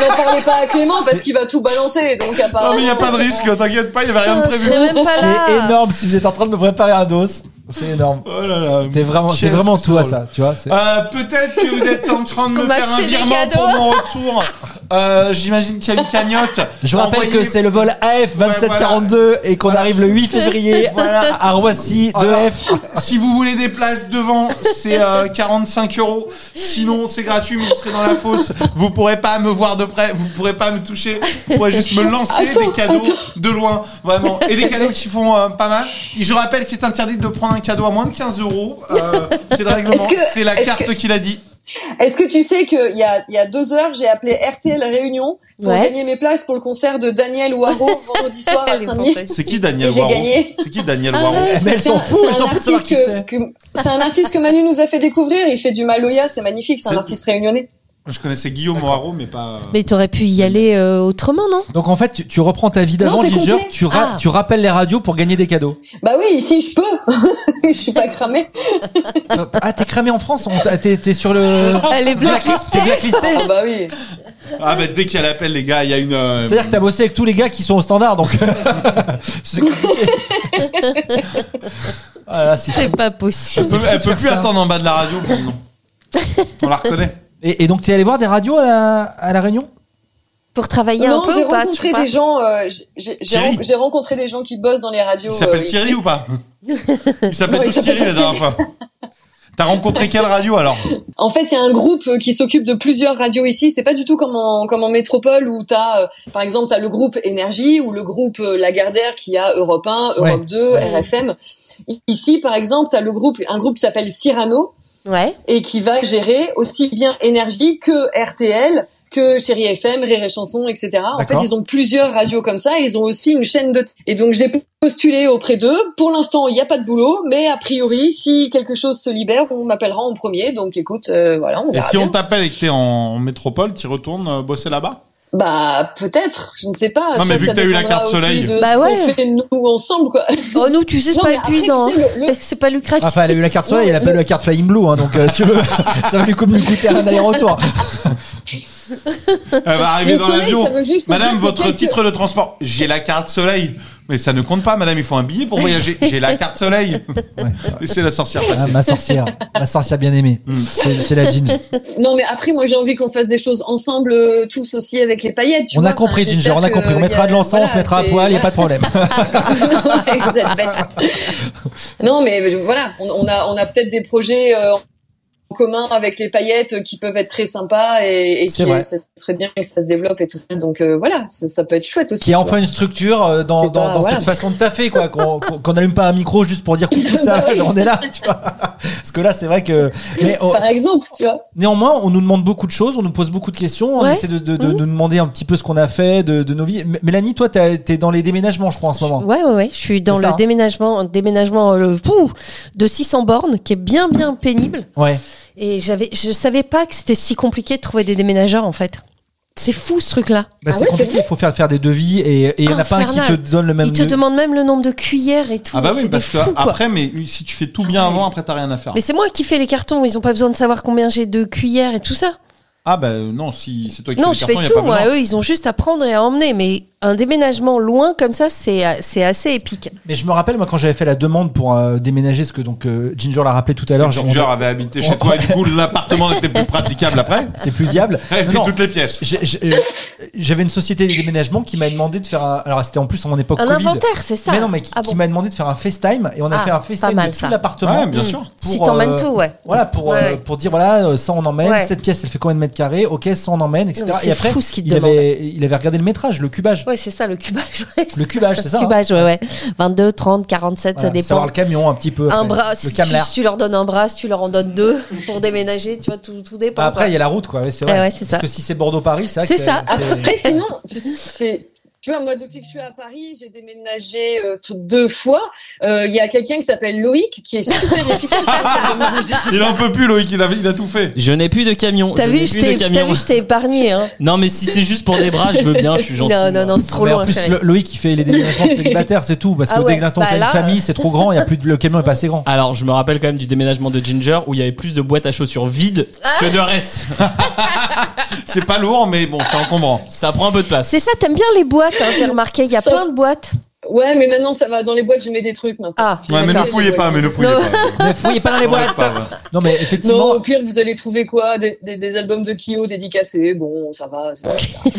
n'en parlez pas à Clément parce qu'il va tout balancer. Donc
Non,
apparemment.
mais y a pas de risque, t'inquiète pas, y avait rien de
Putain, je
prévu.
serais même pas là.
C'est énorme si vous êtes en train de me préparer un dos. C'est énorme.
Oh là là.
T'es vraiment, c'est Ah,
Qu'est-ce
vraiment
que
toi
c'est
ça, tu vois. c'est-
Euh, Peut-être que vous êtes en train de
On
me
m'a
faire un
acheté des
virement
cadeaux.
pour mon retour. Euh, J'imagine qu'il y a une cagnotte.
Je vous rappelle
Envoyez-
que c'est le vol AF 2742 et qu'on arrive le 8 février
Voilà.
à Roissy
Voilà.
2F.
Si vous voulez des places devant, c'est euh, 45 euros. Sinon, c'est gratuit, mais vous serez dans la fosse. Vous pourrez pas me voir de près, vous pourrez pas me toucher. Vous pourrez juste me lancer
Attends,
des cadeaux de loin, vraiment. Et des cadeaux qui font euh, pas mal. Et je rappelle qu'il est interdit de prendre un cadeau à moins de 15 euros. Euh, c'est le règlement.
Est-ce que-
C'est la
est-ce
carte
que-
qui l'a dit.
Est-ce que tu sais qu'il y a il y a deux heures, j'ai appelé RTL Réunion pour
Ouais.
gagner mes places pour le concert de Daniel Ouaro vendredi soir à
Elle est
Saint-Denis.
fantastique.
C'est qui Daniel Eh,
Et j'ai
Waro
gagné.
C'est qui
Ah,
Daniel Waro
Mais elles s'en foutent,
C'est
elles
un
s'en foutent de savoir
artiste
qui c'est.
que- que- c'est un artiste que Manu nous a fait découvrir. Il fait du Maloya, c'est magnifique. C'est un
C'est-
artiste réunionnais.
Je connaissais Guillaume Waro, mais pas. euh,
Mais t'aurais pu y aller euh, autrement, non
Donc en fait, tu, tu reprends ta vie
Non,
d'avant,
c'est
Ginger,
complet.
tu, ra-
Ah.
tu rappelles les radios pour gagner des cadeaux.
Bah oui, ici je peux. je suis pas cramée.
Ah, t'es cramé en France on t'a- T'es t'es sur le.
Elle est
T'es
blacklistée.
blacklisté
Ah bah oui.
Ah, bah dès qu'il y a l'appel, les gars, il y a une. euh,
C'est-à-dire que t'as bossé avec tous les gars qui sont au standard, donc. c'est compliqué. Ah, là, c'est-
C'est pas
Elle
possible.
peut, elle peut
faire
plus
ça.
attendre en bas de la radio pour le nom. On la reconnaît.
et, et donc, t'es allé voir des radios à la, à la Réunion
Pour travailler
non,
un peu
j'ai
ou pas, tu
rencontré
crois
des gens. euh, j'ai- j'ai- j'ai
Thierry.
ren- J'ai rencontré des gens qui bossent dans les radios.
Il
euh,
s'appelle
ici.
Thierry ou pas Il s'appelle
Non, il
tous Thierry la
s'appelle
dernière fois. T'as rencontré quelle radio alors
En fait, il y a un groupe euh, qui s'occupe de plusieurs radios ici. C'est pas du tout comme en, comme en métropole où t'as, euh, par exemple, t'as le groupe Énergie ou le groupe euh, Lagardère qui a Europe 1, Europe
Ouais.
2, RFM. I- Ici, par exemple, t'as le groupe, un groupe qui s'appelle Cyrano
Ouais.
et qui va gérer aussi bien Énergie que RTL, que Chérie FM, Rire et Chanson, etc. En fait,
D'accord.
ils ont plusieurs radios comme ça. et Ils ont aussi une chaîne de. Et donc, j'ai postulé auprès d'eux. Pour l'instant, il n'y a pas de boulot, mais a priori, si quelque chose se libère, on m'appellera en premier. Donc, écoute, euh, voilà, on
Et
verra
si on
bien.
t'appelle et que t'es en métropole, t'y retournes euh, bosser là-bas
Bah peut-être, je ne sais pas.
Non, mais
Ça,
vu
ça
que t'as eu la
dépendra
carte
aussi
soleil.
de ce
Bah
qu'on
ouais.
fait, nous ensemble quoi.
Oh, nous, tu sais, c'est
Non,
pas
mais après,
épuisant.
tu sais, le- le-
hein. C'est pas lucratif.
Enfin, elle a eu la carte soleil, elle a pas eu la carte Flying Blue, hein, donc euh, si tu veux, ça va lui, comme lui coûter un aller-retour.
Elle va arriver
Le
dans
soleil,
l'avion.
ça veut juste
Madame,
dire
votre
peut-être
titre de transport. J'ai la carte soleil. Mais ça ne compte pas, madame, il faut un billet pour voyager. J'ai la carte soleil.
Ouais.
Laissez la sorcière passer.
Ah, ma sorcière, ma sorcière bien aimée, c'est c'est la Ginge.
que- Non mais après moi j'ai envie qu'on fasse des choses ensemble euh, tous aussi avec les paillettes. tu
On
vois.
a compris,
Enfin,
Ginger,
j'espère
on a
que-
compris. On
y
mettra de l'encens, on
voilà,
se mettra à
c'est-
poil, y a pas de problème.
Vous êtes bêtes. non mais je- voilà, on, on a on a peut-être des projets euh, en commun avec les paillettes euh, qui peuvent être très sympas et, et
C'est
qui
vrai.
ça serait bien que ça se développe et tout ça. Donc euh, voilà, ça, ça peut être chouette aussi.
Qui a
tu
enfin une structure euh, dans,
C'est
dans,
pas-
dans
voilà.
cette façon de taffer, quoi. Qu'on qu'on- qu'on allume pas un micro juste pour dire coucou, ça va, on est là, tu vois. Parce que là, c'est vrai que. Mais, oh,
vois. Par exemple, tu vois.
Néanmoins, on nous demande beaucoup de choses, on nous pose beaucoup de questions, on
Ouais. Mhm.
essaie de, de, de- de nous demander un petit peu ce qu'on a fait, de, de nos vies. M- Mélanie, toi, t'as- t'es dans les déménagements, je crois, en ce moment.
Ouais, ouais, ouais. Je suis dans
C'est
le
ça, hein.
déménagement, un déménagement euh, le, pouh, de 600 bornes, qui est bien, bien pénible.
Ouais.
Et j'avais, je savais pas que c'était si compliqué de trouver des déménageurs, en fait. C'est fou, ce truc-là.
Bah,
Ah
c'est
ouais,
compliqué,
c'est
il faut faire, faire des devis et il y en a pas un qui te
Infernal.
donne le même.
Ils te
de-
demandent même le nombre de cuillères et tout.
Ah bah
C'est
oui,
des
parce que
fous, quoi. Ah,
après, hein. mais si tu fais tout bien avant, après t'as rien à faire.
Mais c'est moi qui fais les cartons, ils ont pas besoin de savoir combien j'ai de cuillères et tout ça.
Ah bah non, si c'est toi qui
non,
fais
je
le carton,
fais
y a
tout,
pas
moi.
besoin.
Eux, ils ont juste à prendre et à emmener. Mais un déménagement loin comme ça, c'est euh, c'est assez épique.
Mais je me rappelle, moi, quand j'avais fait la demande pour euh, déménager, ce que donc euh, Ginger l'a rappelé tout à l'heure, genre,
Ginger
on-
avait habité
on-
chez toi, et du coup l'appartement n'était plus praticable après.
t'es plus viable.
Elle fait
Non,
toutes les pièces.
j'ai- j'ai- euh, J'avais une société de déménagement qui m'a demandé de faire un. Alors, c'était en plus en mon époque
Un
Covid.
inventaire, c'est ça.
Mais non, mais qui,
Ah
qui
bon.
m'a demandé de faire un FaceTime et on a
Ah,
fait un
pas
FaceTime
mal,
de tout
ça.
l'appartement.
Ouais, bien sûr.
Si
pour,
t'emmènes
euh,
tout, ouais.
Voilà, pour,
Ouais,
euh,
ouais.
pour dire, voilà, euh, ça on emmène,
Ouais.
cette pièce elle fait combien de mètres carrés, ok, ça on emmène, etc.
Non, mais
Et
c'est
après,
fou ce qu'il te
il, avait, il avait regardé le métrage, le cubage.
Ouais, c'est ça, le cubage. ouais.
Le cubage, c'est ça, hein
Cubage, ouais, ouais. 22, 30, 47,
Voilà,
ça dépend.
Savoir le camion un petit peu.
un
après.
bras,
Le
si tu,
camelard.
si tu leur donnes un bras, si tu leur en donnes deux pour déménager, tu vois, tout, tout dépend.
Bah, après,
quoi.
il y a la route, quoi. ouais, c'est
Eh
vrai.
ouais, c'est ça.
Parce que si c'est Bordeaux-Paris, c'est vrai que
C'est ça.
Après, sinon, tu, c'est- tu vois, moi, depuis que je suis à Paris, j'ai déménagé euh, tout- deux fois. Euh, Il y a quelqu'un qui s'appelle Loïc, qui est super efficace. pour déménager.
Il en peut plus, Loïc, il a, il a tout fait.
Je n'ai plus de camion.
T'as
je
vu,
n'ai
je
plus
t'ai-
de
t'as
camion.
vu, je t'ai épargné. Hein.
Non, mais si c'est juste pour des bras, je veux bien, je suis gentil.
non, non, non, c'est trop
hein. Mais
long.
en
à
plus,
faire.
le- Loïc, il fait les déménagements de célibataires, c'est tout. Parce que
Ah ouais,
dès que l'instant où
bah
t'as une
là-
famille, c'est trop grand, il y a plus de, le camion est pas assez grand.
Alors, je me rappelle quand même du déménagement de Ginger où il y avait plus de boîtes à chaussures vides
Ah.
que de reste.
C'est pas lourd, mais bon, c'est encombrant.
Ça prend un peu de place.
C'est ça, t'aimes bien les boîtes, hein, j'ai remarqué, il y a
Ça-
plein de boîtes.
Ouais, mais maintenant, ça va. Dans les boîtes, je mets des trucs maintenant.
Ah,
Ouais, mais ne
d'accord.
fouillez pas, mais ne fouillez
Non.
pas.
Ne fouillez pas dans les boîtes. Non, mais
Non,
effectivement.
au pire, vous allez trouver quoi des, des- des albums de Kyo dédicacés. Bon, ça va. c'est pas-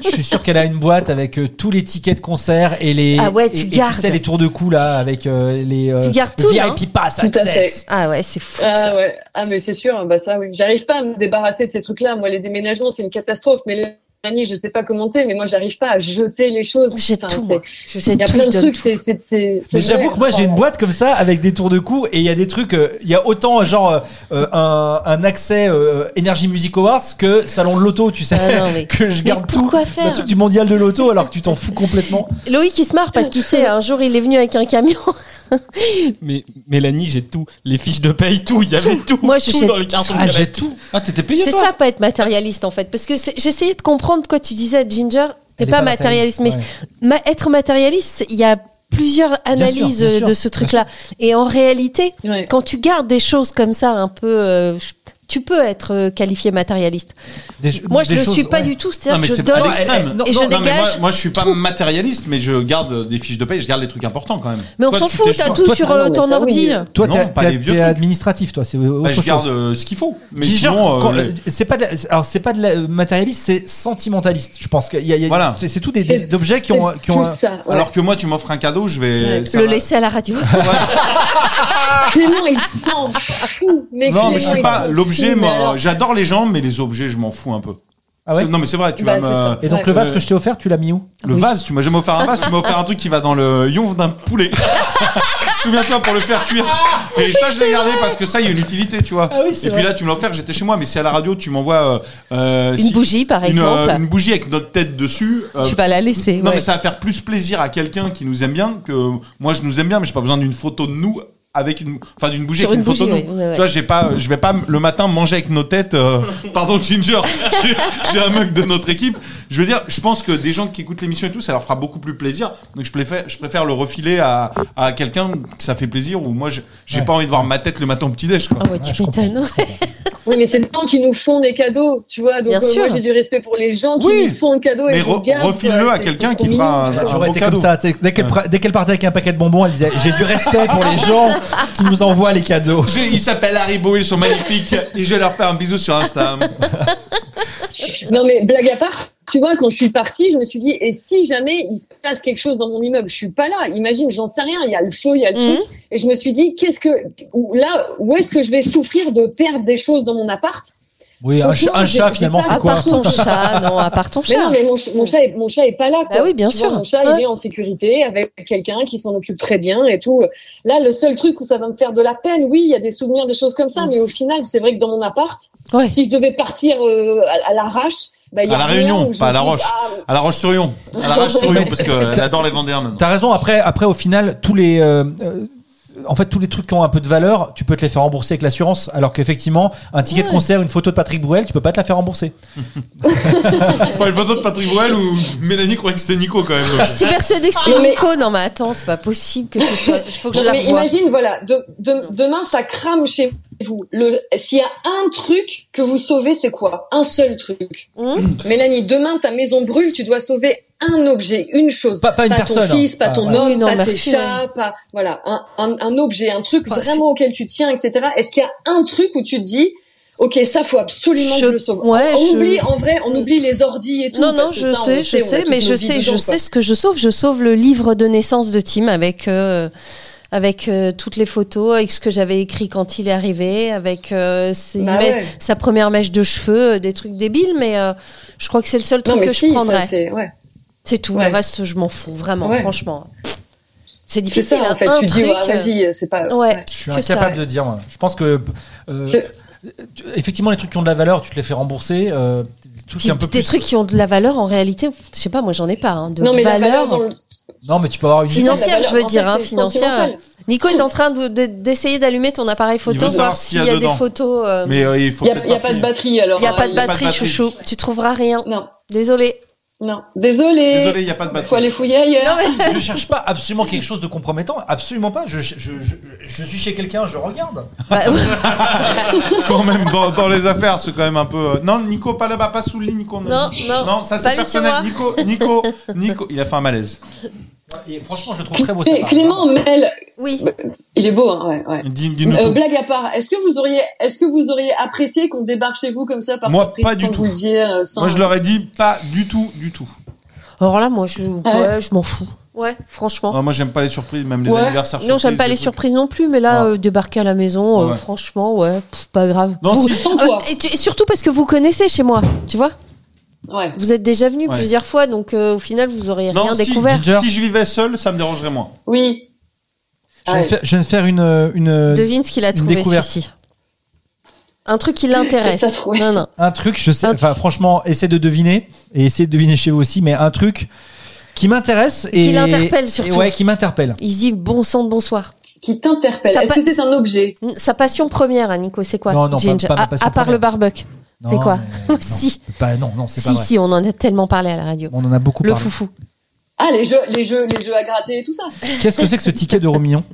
Je suis sûr qu'elle a une boîte avec euh, tous les tickets de concert et les
Ah ouais, tu
et- et,
gardes.
sais, les tours de cou là avec euh, les euh,
Tu gardes tout, hein. là,
VIP pass
Tout à
access.
Ah ouais, c'est fou. ça.
Ah ouais, ah mais c'est sûr, bah ça oui, j'arrive pas à me débarrasser de ces trucs-là. Moi, les déménagements, c'est une catastrophe. Mais l'année, je sais pas commenter, mais moi, j'arrive pas à jeter les choses.
Oh, J'ai
Enfin,
tout,
c'est-
moi. Je sais
Il y a
tout,
plein de
je donne
trucs,
tout.
c'est c'est c'est. c'est
Mais j'avoue
vrai.
que moi j'ai une boîte comme ça avec des tours de cou et il y a des trucs, euh, il y a autant genre euh, euh, un, un accès euh, Energy Music Awards que salon de l'auto, tu sais,
Ah non, mais-
que je
mais
garde tout.
pourquoi faire
Le truc du mondial de l'auto alors que tu t'en fous complètement.
Loïc, il se marre parce qu'il sait, un jour, il est venu avec un camion.
Mais Mélanie, j'ai tout. Les fiches de paye, tout. Il y avait tout.
Moi, je
tout
sais-
dans le carton
Ah,
de
j'ai
canapé.
tout.
Ah, t'étais payé,
C'est
toi
ça, pas être matérialiste, en fait. Parce que c'est- j'essayais de comprendre pourquoi tu disais à Ginger, t'es
Elle est
pas, matérialiste, mais
ouais.
ma- être matérialiste, c'est- il y a plusieurs analyses euh,
bien sûr,
de ce
bien
truc-là. Et en réalité,
Ouais.
quand tu gardes des choses comme ça, un peu, euh, tu peux être euh, qualifié matérialiste.
Des-
Moi, je
des
ne
choses,
suis pas
ouais.
du tout.
Non,
C'est-à-dire
mais
que je
c'est pas
donne
à l'extrême.
et
Non,
je
non,
Non, mais
dégage.
moi, moi, je suis pas
tout.
matérialiste, mais je garde des fiches de paye, je garde les trucs importants quand même.
Mais on
Toi,
s'en
tu
fout,
t'es-
t'as
Toi,
tout
toi,
sur
Ah non,
euh,
mais
ton
ça, oui,
ordi.
euh,
Toi,
Non,
t'es-
pas les
t'es
vieux trucs.
t'es administratif, toi, c'est autre
Bah, je
chose.
garde euh, ce qu'il faut. Mais
Giger,
sinon, euh,
quand-
le-
c'est pas de la- alors c'est pas de la- euh, matérialiste, c'est sentimentaliste. Je pense que il y a- il y a-
Voilà.
c'est c'est tout des,
C'est-
des objets qui ont
c'est
qui ont.
tout
un-
ça. ouais.
alors que moi, tu m'offres un cadeau, je vais.
Ouais.
ça
Le
va. Euh,
laisser à la radio.
Clément, il s'en fout. Mais
Non, mais je
Clément,
suis
il s'en
pas.
fout,
L'objet,
mais
moi,
alors-
j'adore les gens, mais les objets, je m'en fous un peu.
Ah ouais
C'est- Non, mais c'est vrai, tu
Bah,
vas
c'est
me.
ça.
Et donc
Ouais.
le vase
Euh,
que je t'ai offert, tu l'as mis où
Le
Oui.
vase, tu m'as jamais offert un vase, tu m'as offert un truc qui va dans le yonf d'un poulet. Souviens-toi pour le faire cuire. Et ça, je l'ai gardé parce que ça, il y a une utilité, tu vois.
Ah oui, c'est
Et puis
vrai.
là, tu me l'as offert, j'étais chez moi, mais si à la radio, tu m'envoies euh, euh,
Une
si-
bougie, par
une, euh,
exemple.
une bougie avec notre tête dessus. euh,
Tu vas la laisser.
non,
ouais.
mais ça va faire plus plaisir à quelqu'un qui nous aime bien que moi, je nous aime bien, mais j'ai pas besoin d'une photo de nous avec une, enfin d'une bougie
Sur
avec
une
une, photo
bougie,
de nous.
ouais, ouais, ouais.
Tu vois, j'ai pas, euh, je vais pas m- le matin manger avec nos têtes. euh, pardon, Ginger, j'ai- j'ai un mug de notre équipe. Je veux dire, je pense que des gens qui écoutent l'émission et tout, ça leur fera beaucoup plus plaisir. Donc je préfère, je préfère le refiler à, à quelqu'un que ça fait plaisir ou moi, je- j'ai
Ouais.
pas envie de voir ma tête le matin au petit déj. Quoi.
Ah ouais,
Ouais,
tu
je comprends.
m'étonnes.
Oui, mais c'est les gens qui nous font des cadeaux, tu vois. Donc
Bien
euh, moi,
sûr.
j'ai du respect pour les gens qui
Oui.
nous font le cadeau
Mais
et je
re-
garde,
refile-le
quoi.
à
C'est-
quelqu'un
c'est
qui
trop
fera
mignon,
un-
tu vois.
J'aurais
bon
été
cadeau.
comme ça, tu sais, dès qu'elle pre- dès qu'elle partait avec un paquet de bonbons, elle disait j'ai du respect pour les gens qui nous envoient les cadeaux.
J'ai- Ils s'appellent Haribo, ils sont magnifiques et je vais leur faire un bisou sur Insta.
Non, mais blague à part, tu vois, quand je suis partie, je me suis dit, et si jamais il se passe quelque chose dans mon immeuble, je suis pas là. Imagine, j'en sais rien. Il y a le feu, il y a le
Mhm.
truc. Et je me suis dit, qu'est-ce que, où- là, où est-ce que je vais souffrir de perdre des choses dans mon appart?
Oui, un,
Franchement,
cha- un
j'ai-
chat
j'ai
finalement,
pas-
c'est
À
quoi
part ton chat, non, à part ton
Mais non,
chat.
mais mon, ch- mon chat, est, mon chat est pas là. Quoi.
Bah oui, bien
Tu vois,
sûr.
mon chat,
Ouais.
il est en sécurité avec quelqu'un qui s'en occupe très bien et tout. Là, le seul truc où ça va me faire de la peine, oui, il y a des souvenirs, des choses comme
Mm.
ça, mais au final, c'est vrai que dans mon appart,
Ouais.
si je devais partir euh, à, à l'arrache, bah, il y a
À La
rien
Réunion,
où je
pas
me
à La
dis,
Roche.
ah,
À la Roche-sur-Yon. À la Roche-sur-Yon, parce qu'elle adore les Vendéens maintenant.
T'as raison. Après, après, au final, tous les, euh, euh, en fait, tous les trucs qui ont un peu de valeur, tu peux te les faire rembourser avec l'assurance. Alors qu'effectivement, un ticket de concert, une photo de Patrick Bruel, tu peux pas te la faire rembourser.
Pas une photo de Patrick Bruel ou Mélanie croyait que c'était Nico quand même.
Je t'ai persuadée que
Non,
c'était
mais-
Nico. Non, mais attends, c'est pas possible que ce soit. Il faut que je
Non,
la
mais
revoie. Mm.
imagine, voilà, de, de- demain ça crame chez vous. Le, s'il y a un truc que vous sauvez, c'est quoi Un seul truc.
Hum
Mélanie, demain ta maison brûle, tu dois sauver un objet, une chose.
Pas- pas une personne,
ton fils,
hein.
pas
Ah,
ton
voilà.
homme,
Oui, non,
pas
merci,
tes chats, pas voilà, un, un, un objet, un truc
Ah,
vraiment auquel tu tiens, etc. Est-ce qu'il y a un truc où tu te dis, ok, ça faut absolument
Je-
que je le sauve.
ouais,
on
je-
oublie, en vrai, on
Mm.
oublie les ordi et tout.
Non, non,
parce que
je
ça, on
sais,
le
je
on a
sais,
toute
mais
nos
je
vies
sais, je
dedans, quoi.
sais ce que je sauve. Je sauve le livre de naissance de Tim avec euh, avec euh, toutes les photos, avec ce que j'avais écrit quand il est arrivé, avec euh, ses
Bah
mèches-
ouais.
sa première mèche de cheveux, euh, des trucs débiles, mais euh, je crois que c'est le seul
Non,
truc
mais
que
si,
je
ça,
prendrais.
c'est- ouais.
C'est tout.
Ouais.
Le reste, je m'en fous, vraiment,
Ouais.
franchement. C'est
C'est
difficile.
ça,
hein.
en fait.
Un
Tu dis,
truc,
ouais, vas-y, c'est pas.
euh, ouais.
Je suis
que ça.
incapable de dire. moi. Je pense que. euh,
C'est-
tu- Effectivement, les trucs qui ont de la valeur, tu te les fais rembourser. euh, des trucs
Puis
un peu
des
plus-
trucs qui ont de la valeur, en réalité, je sais pas, moi, j'en ai pas. hein, de
Non, mais
valeur.
la valeur dans le-
Non, mais tu peux avoir une.
Financière,
la valeur,
je veux
en
dire,
fait,
hein,
c'est
financière.
sentimental.
Nico est en train de- de- d'essayer d'allumer ton appareil photo,
Il veut
pour
savoir
voir
ce
s'il
qu'il
y
y a
a, des
dedans.
photos. euh,
Mais euh, il faut
Il y a,
peut-être
il y a
pas
pas de
finir.
batterie alors.
Il n'y a
hein,
pas de
y a pas de
batterie,
batterie.
chouchou. Tu trouveras rien.
Non,
Désolé.
non. Désolé.
Désolé, il y a pas de batterie.
Faut aller fouiller ailleurs.
Non, mais
Je cherche pas absolument quelque chose de compromettant, absolument pas. Je, je, je, je suis chez quelqu'un, je regarde.
quand même dans, dans les affaires, c'est quand même un peu. euh, Non, Nico, pas là-bas, pas sous le lit, Nico.
Non, non.
non ça c'est
Pas le
personnel.
tiroir.
Nico, Nico, Nico, il a fait un malaise.
Et franchement, je le trouve très beau. cet
Clé-
appart.
Clément Mel,
oui.
il est beau, hein, ouais, ouais.
Dis- Dis-nous
Euh,
tout.
blague à part, est-ce que vous auriez, est-ce que vous auriez apprécié qu'on débarque chez vous comme ça par
Moi,
surprise,
pas du
sans
tout.
vous le dire, euh, sans...
Moi, je leur ai dit pas du tout, du tout.
Alors là, moi, je,
Ah ouais.
ouais, je m'en fous. Ouais, franchement.
Non, moi, j'aime pas les surprises, même les
Ouais.
anniversaires.
Non, j'aime pas
des
les
trucs.
surprises non plus, mais là,
Ouais.
euh, débarquer à la maison, euh,
Ouais.
franchement, ouais, pff, pas grave.
Non,
Vous-
si.
sans toi.
Euh, et, tu- et surtout parce que vous connaissez chez moi, tu vois.
Ouais.
Vous êtes déjà venu
Ouais.
plusieurs fois, donc euh, au final, vous auriez
Non,
rien
si,
découvert.
Ginger.
si je vivais seul, ça me dérangerait moins.
Oui.
Je viens de
Ouais.
faire, je viens de faire une, une,
Devine ce qu'il a
une
trouvé
découverte.
celui-ci. Un truc qui
Qu'est-ce que
l'intéresse.
t'as trouvé
Non, non.
un truc. Je sais,
Un-
enfin, franchement, essaie de deviner et essaie de deviner chez vous aussi, mais un truc qui m'intéresse et
Qui l'interpelle
et
surtout.
ouais, qui m'interpelle.
Il se dit bon sang de bonsoir.
Qui t'interpelle.
Ça
Est-ce
pa-
que c'est un objet?
Sa passion première, hein, Nico, c'est quoi
Non, non, pas-
Ginger
pas ma
À-
passion
à, part
première.
le barbecue. C'est
Non,
quoi
mais non.
Si,
Bah non, non, c'est pas
si,
vrai.
si, on en a tellement parlé à la radio.
On en a beaucoup
Le
parlé.
foufou.
Ah, les jeux, les jeux, les jeux à gratter et tout ça.
Qu'est-ce que c'est que ce ticket d'euro million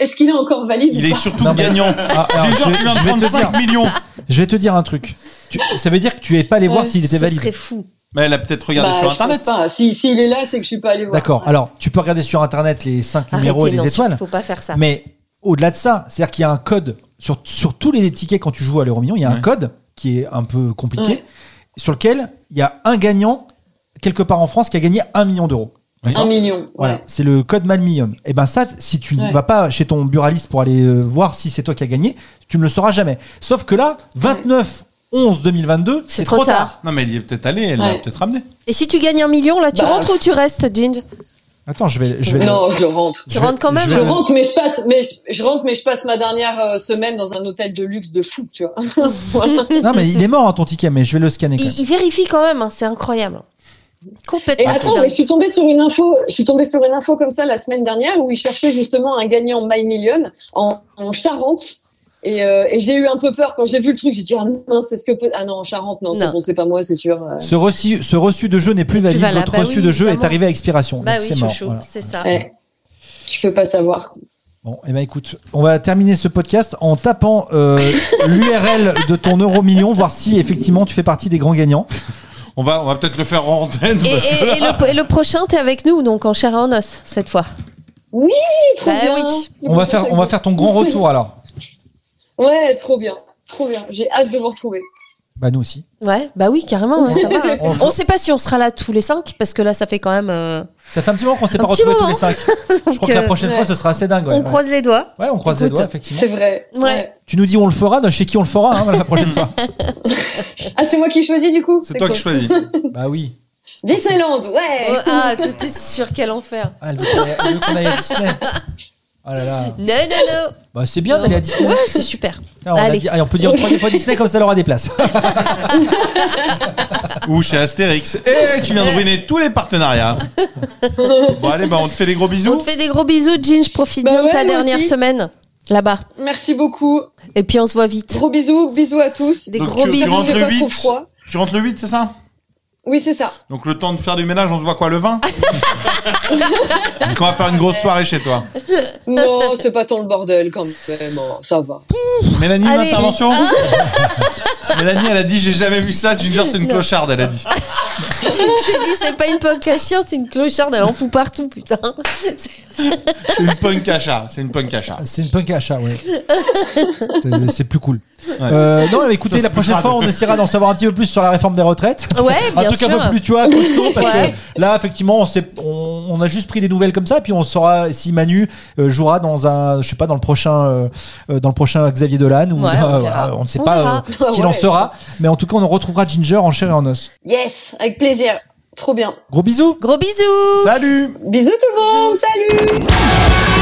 Est-ce qu'il est encore valide?
Il
ou
est
pas
surtout
Non, mais-
gagnant.
Ah, alors,
Ginger,
je-
tu viens
je
de
vais te
prendre 5
dire-
millions.
Je vais te dire un truc. Tu- ça veut dire que tu es pas allé voir
Ouais.
s'il était
Ce
valide.
serait fou.
Mais elle a peut-être regardé
Bah,
sur
je pense
internet.
pas. Si, s'il est là, c'est que je suis pas allé voir.
D'accord. Alors, tu peux regarder sur internet les 5 numéros et
Arrêtez,
les
non,
étoiles.
faut pas faire ça.
Mais au-delà de ça, c'est-à-dire qu'il y a un code sur, sur tous les tickets quand tu joues à l'euro million, il y a un
Ouais.
code qui est un peu compliqué
Ouais.
sur lequel il y a un gagnant quelque part en France qui a gagné 1 million d'euros.
Un million. ouais.
Voilà, c'est le code Malmillion. Et ben ça, si tu ne
Ouais.
vas pas chez ton buraliste pour aller euh, voir si c'est toi qui as gagné, tu ne le sauras jamais. Sauf que là, 29 11 2022, c'est trop, tard.
Non, mais elle y est peut-être allée, elle l'a
Ouais.
peut-être ramené.
Et si tu gagnes un million, là, tu
Bah,
rentres ou tu restes, Ginger
Attends, je vais je vais
Non, je le rentre.
Tu
je vais-
rentres quand même
je
Je
vais-
rentre, mais je passe, mais je, je rentre, mais je passe ma dernière euh, semaine dans un hôtel de luxe de fou, tu vois.
Non mais il est mort hein, ton ticket mais je vais le scanner quand même.
il, il vérifie quand même, hein, c'est incroyable. Complètement.
Et attends,
dingue.
mais je suis tombée sur une info, je suis tombée sur une info comme ça la semaine dernière où ils cherchaient justement un gagnant My Million en, en Charente. Et, euh, et j'ai eu un peu peur quand j'ai vu le truc. J'ai dit ah mince, c'est ce que peut- ah non en Charente non, c'est
Non.
bon, c'est pas moi, c'est sûr. euh.
Ce reçu, ce reçu de jeu n'est plus
N'est plus
valide.
valable.
Votre
Bah
reçu
oui,
de jeu est
évidemment.
arrivé à expiration.
Bah
donc
oui,
c'est mort.
chouchou,
Voilà.
c'est ça.
Ouais. Tu peux pas savoir.
Bon, et ben écoute, on va terminer ce podcast en tapant euh, l'URL de ton euro million, voir si effectivement tu fais partie des grands gagnants.
On va, on va peut-être le faire en antenne.
Et, et-
parce que là-
et le, et le prochain, t'es avec nous, donc en chair et en os, cette fois.
Oui, trop
Bah
bien.
oui.
Ils
On
vont
va faire,
chercher
on va faire ton grand retour hein. alors.
Ouais, trop bien, trop bien. J'ai hâte de vous retrouver.
Bah nous aussi.
Ouais, bah oui, carrément, ouais, ça va. hein.
On le
On sait pas si on sera là tous les cinq, parce que là, ça fait quand même. euh,
Ça fait un petit moment qu'on s'est
Un
pas
petit
retrouvés tous
moment.
les cinq. Je crois que
Donc,
la
euh,
prochaine
ouais.
fois, ce sera assez dingue. Ouais,
on
ouais.
croise les doigts.
Ouais, on croise les
Écoute,
doigts, effectivement.
C'est vrai.
Ouais.
Tu nous dis on le fera, donc chez qui on le fera hein, la prochaine fois.
Ah, c'est moi qui choisis du coup.
C'est toi
cool.
qui choisis.
Bah oui.
Disneyland, ouais.
Oh, ah, t'étais sûr quel enfer.
Ah, elle veut qu'on aille- elle veut qu'on aille à Disney. Oh là là.
Non, non,
Bah c'est bien
Non.
d'aller à Disney.
non. Ouais, c'est super.
Ah, on, a
Allez.
dit- allez, on peut dire une troisième fois Disney comme ça elle aura des places.
Ou chez Astérix. Eh, tu viens de ruiner tous les partenariats. bon, allez, bah, on te fait des gros
On
bisous.
te fait des gros bisous, Jean. Je profite
Bah
bien de
ouais,
ta
moi
dernière
aussi.
semaine là-bas.
Merci beaucoup.
Et puis on se voit vite.
Gros bisous, bisous à tous.
Des
Donc,
gros
tu- tu
Bisous,
bisous.
rentres
j'ai
le
pas trop
8.
froid.
Tu rentres le 8, c'est ça
Oui, c'est ça.
Donc, le temps de faire du ménage, on se voit quoi le 20 Parce qu'on va faire une grosse soirée chez toi.
Non, c'est pas tant le bordel quand même. hein, Ça va.
Mélanie, une
Allez.
intervention Mélanie, elle a dit J'ai jamais vu ça. Ginger, c'est une
Non.
clocharde, elle a dit.
J'ai dit, c'est pas une punk à chien, c'est une clocharde. Elle en fout partout, putain. C'est-
C'est une punk à chat. C'est une punk à chat.
C'est une punk à chat, ouais. C'est- C'est plus cool. Euh, non, mais écoutez,
Ça,
la
c'est
prochaine
plus
fois, on
crade.
essaiera d'en savoir un petit peu plus sur la réforme des retraites.
Ouais,
un
Ah bien
truc un
sûr.
peu plus, tu vois, costaud, parce
Ouais.
que là, effectivement, on, sait- on, on a juste pris des nouvelles comme ça, puis on saura si Manu euh, jouera dans un, je sais pas, dans le prochain, euh, euh, dans le prochain Xavier Dolan ou
Ouais, on
euh,
verra.
voilà, on ne sait
On
pas
verra.
euh, ce qu'il en
Ouais.
sera, mais en tout cas on retrouvera Ginger en chair et en os.
Yes, avec plaisir. Trop bien.
Gros bisous.
Gros bisous
Salut
Bisous tout le monde. Salut.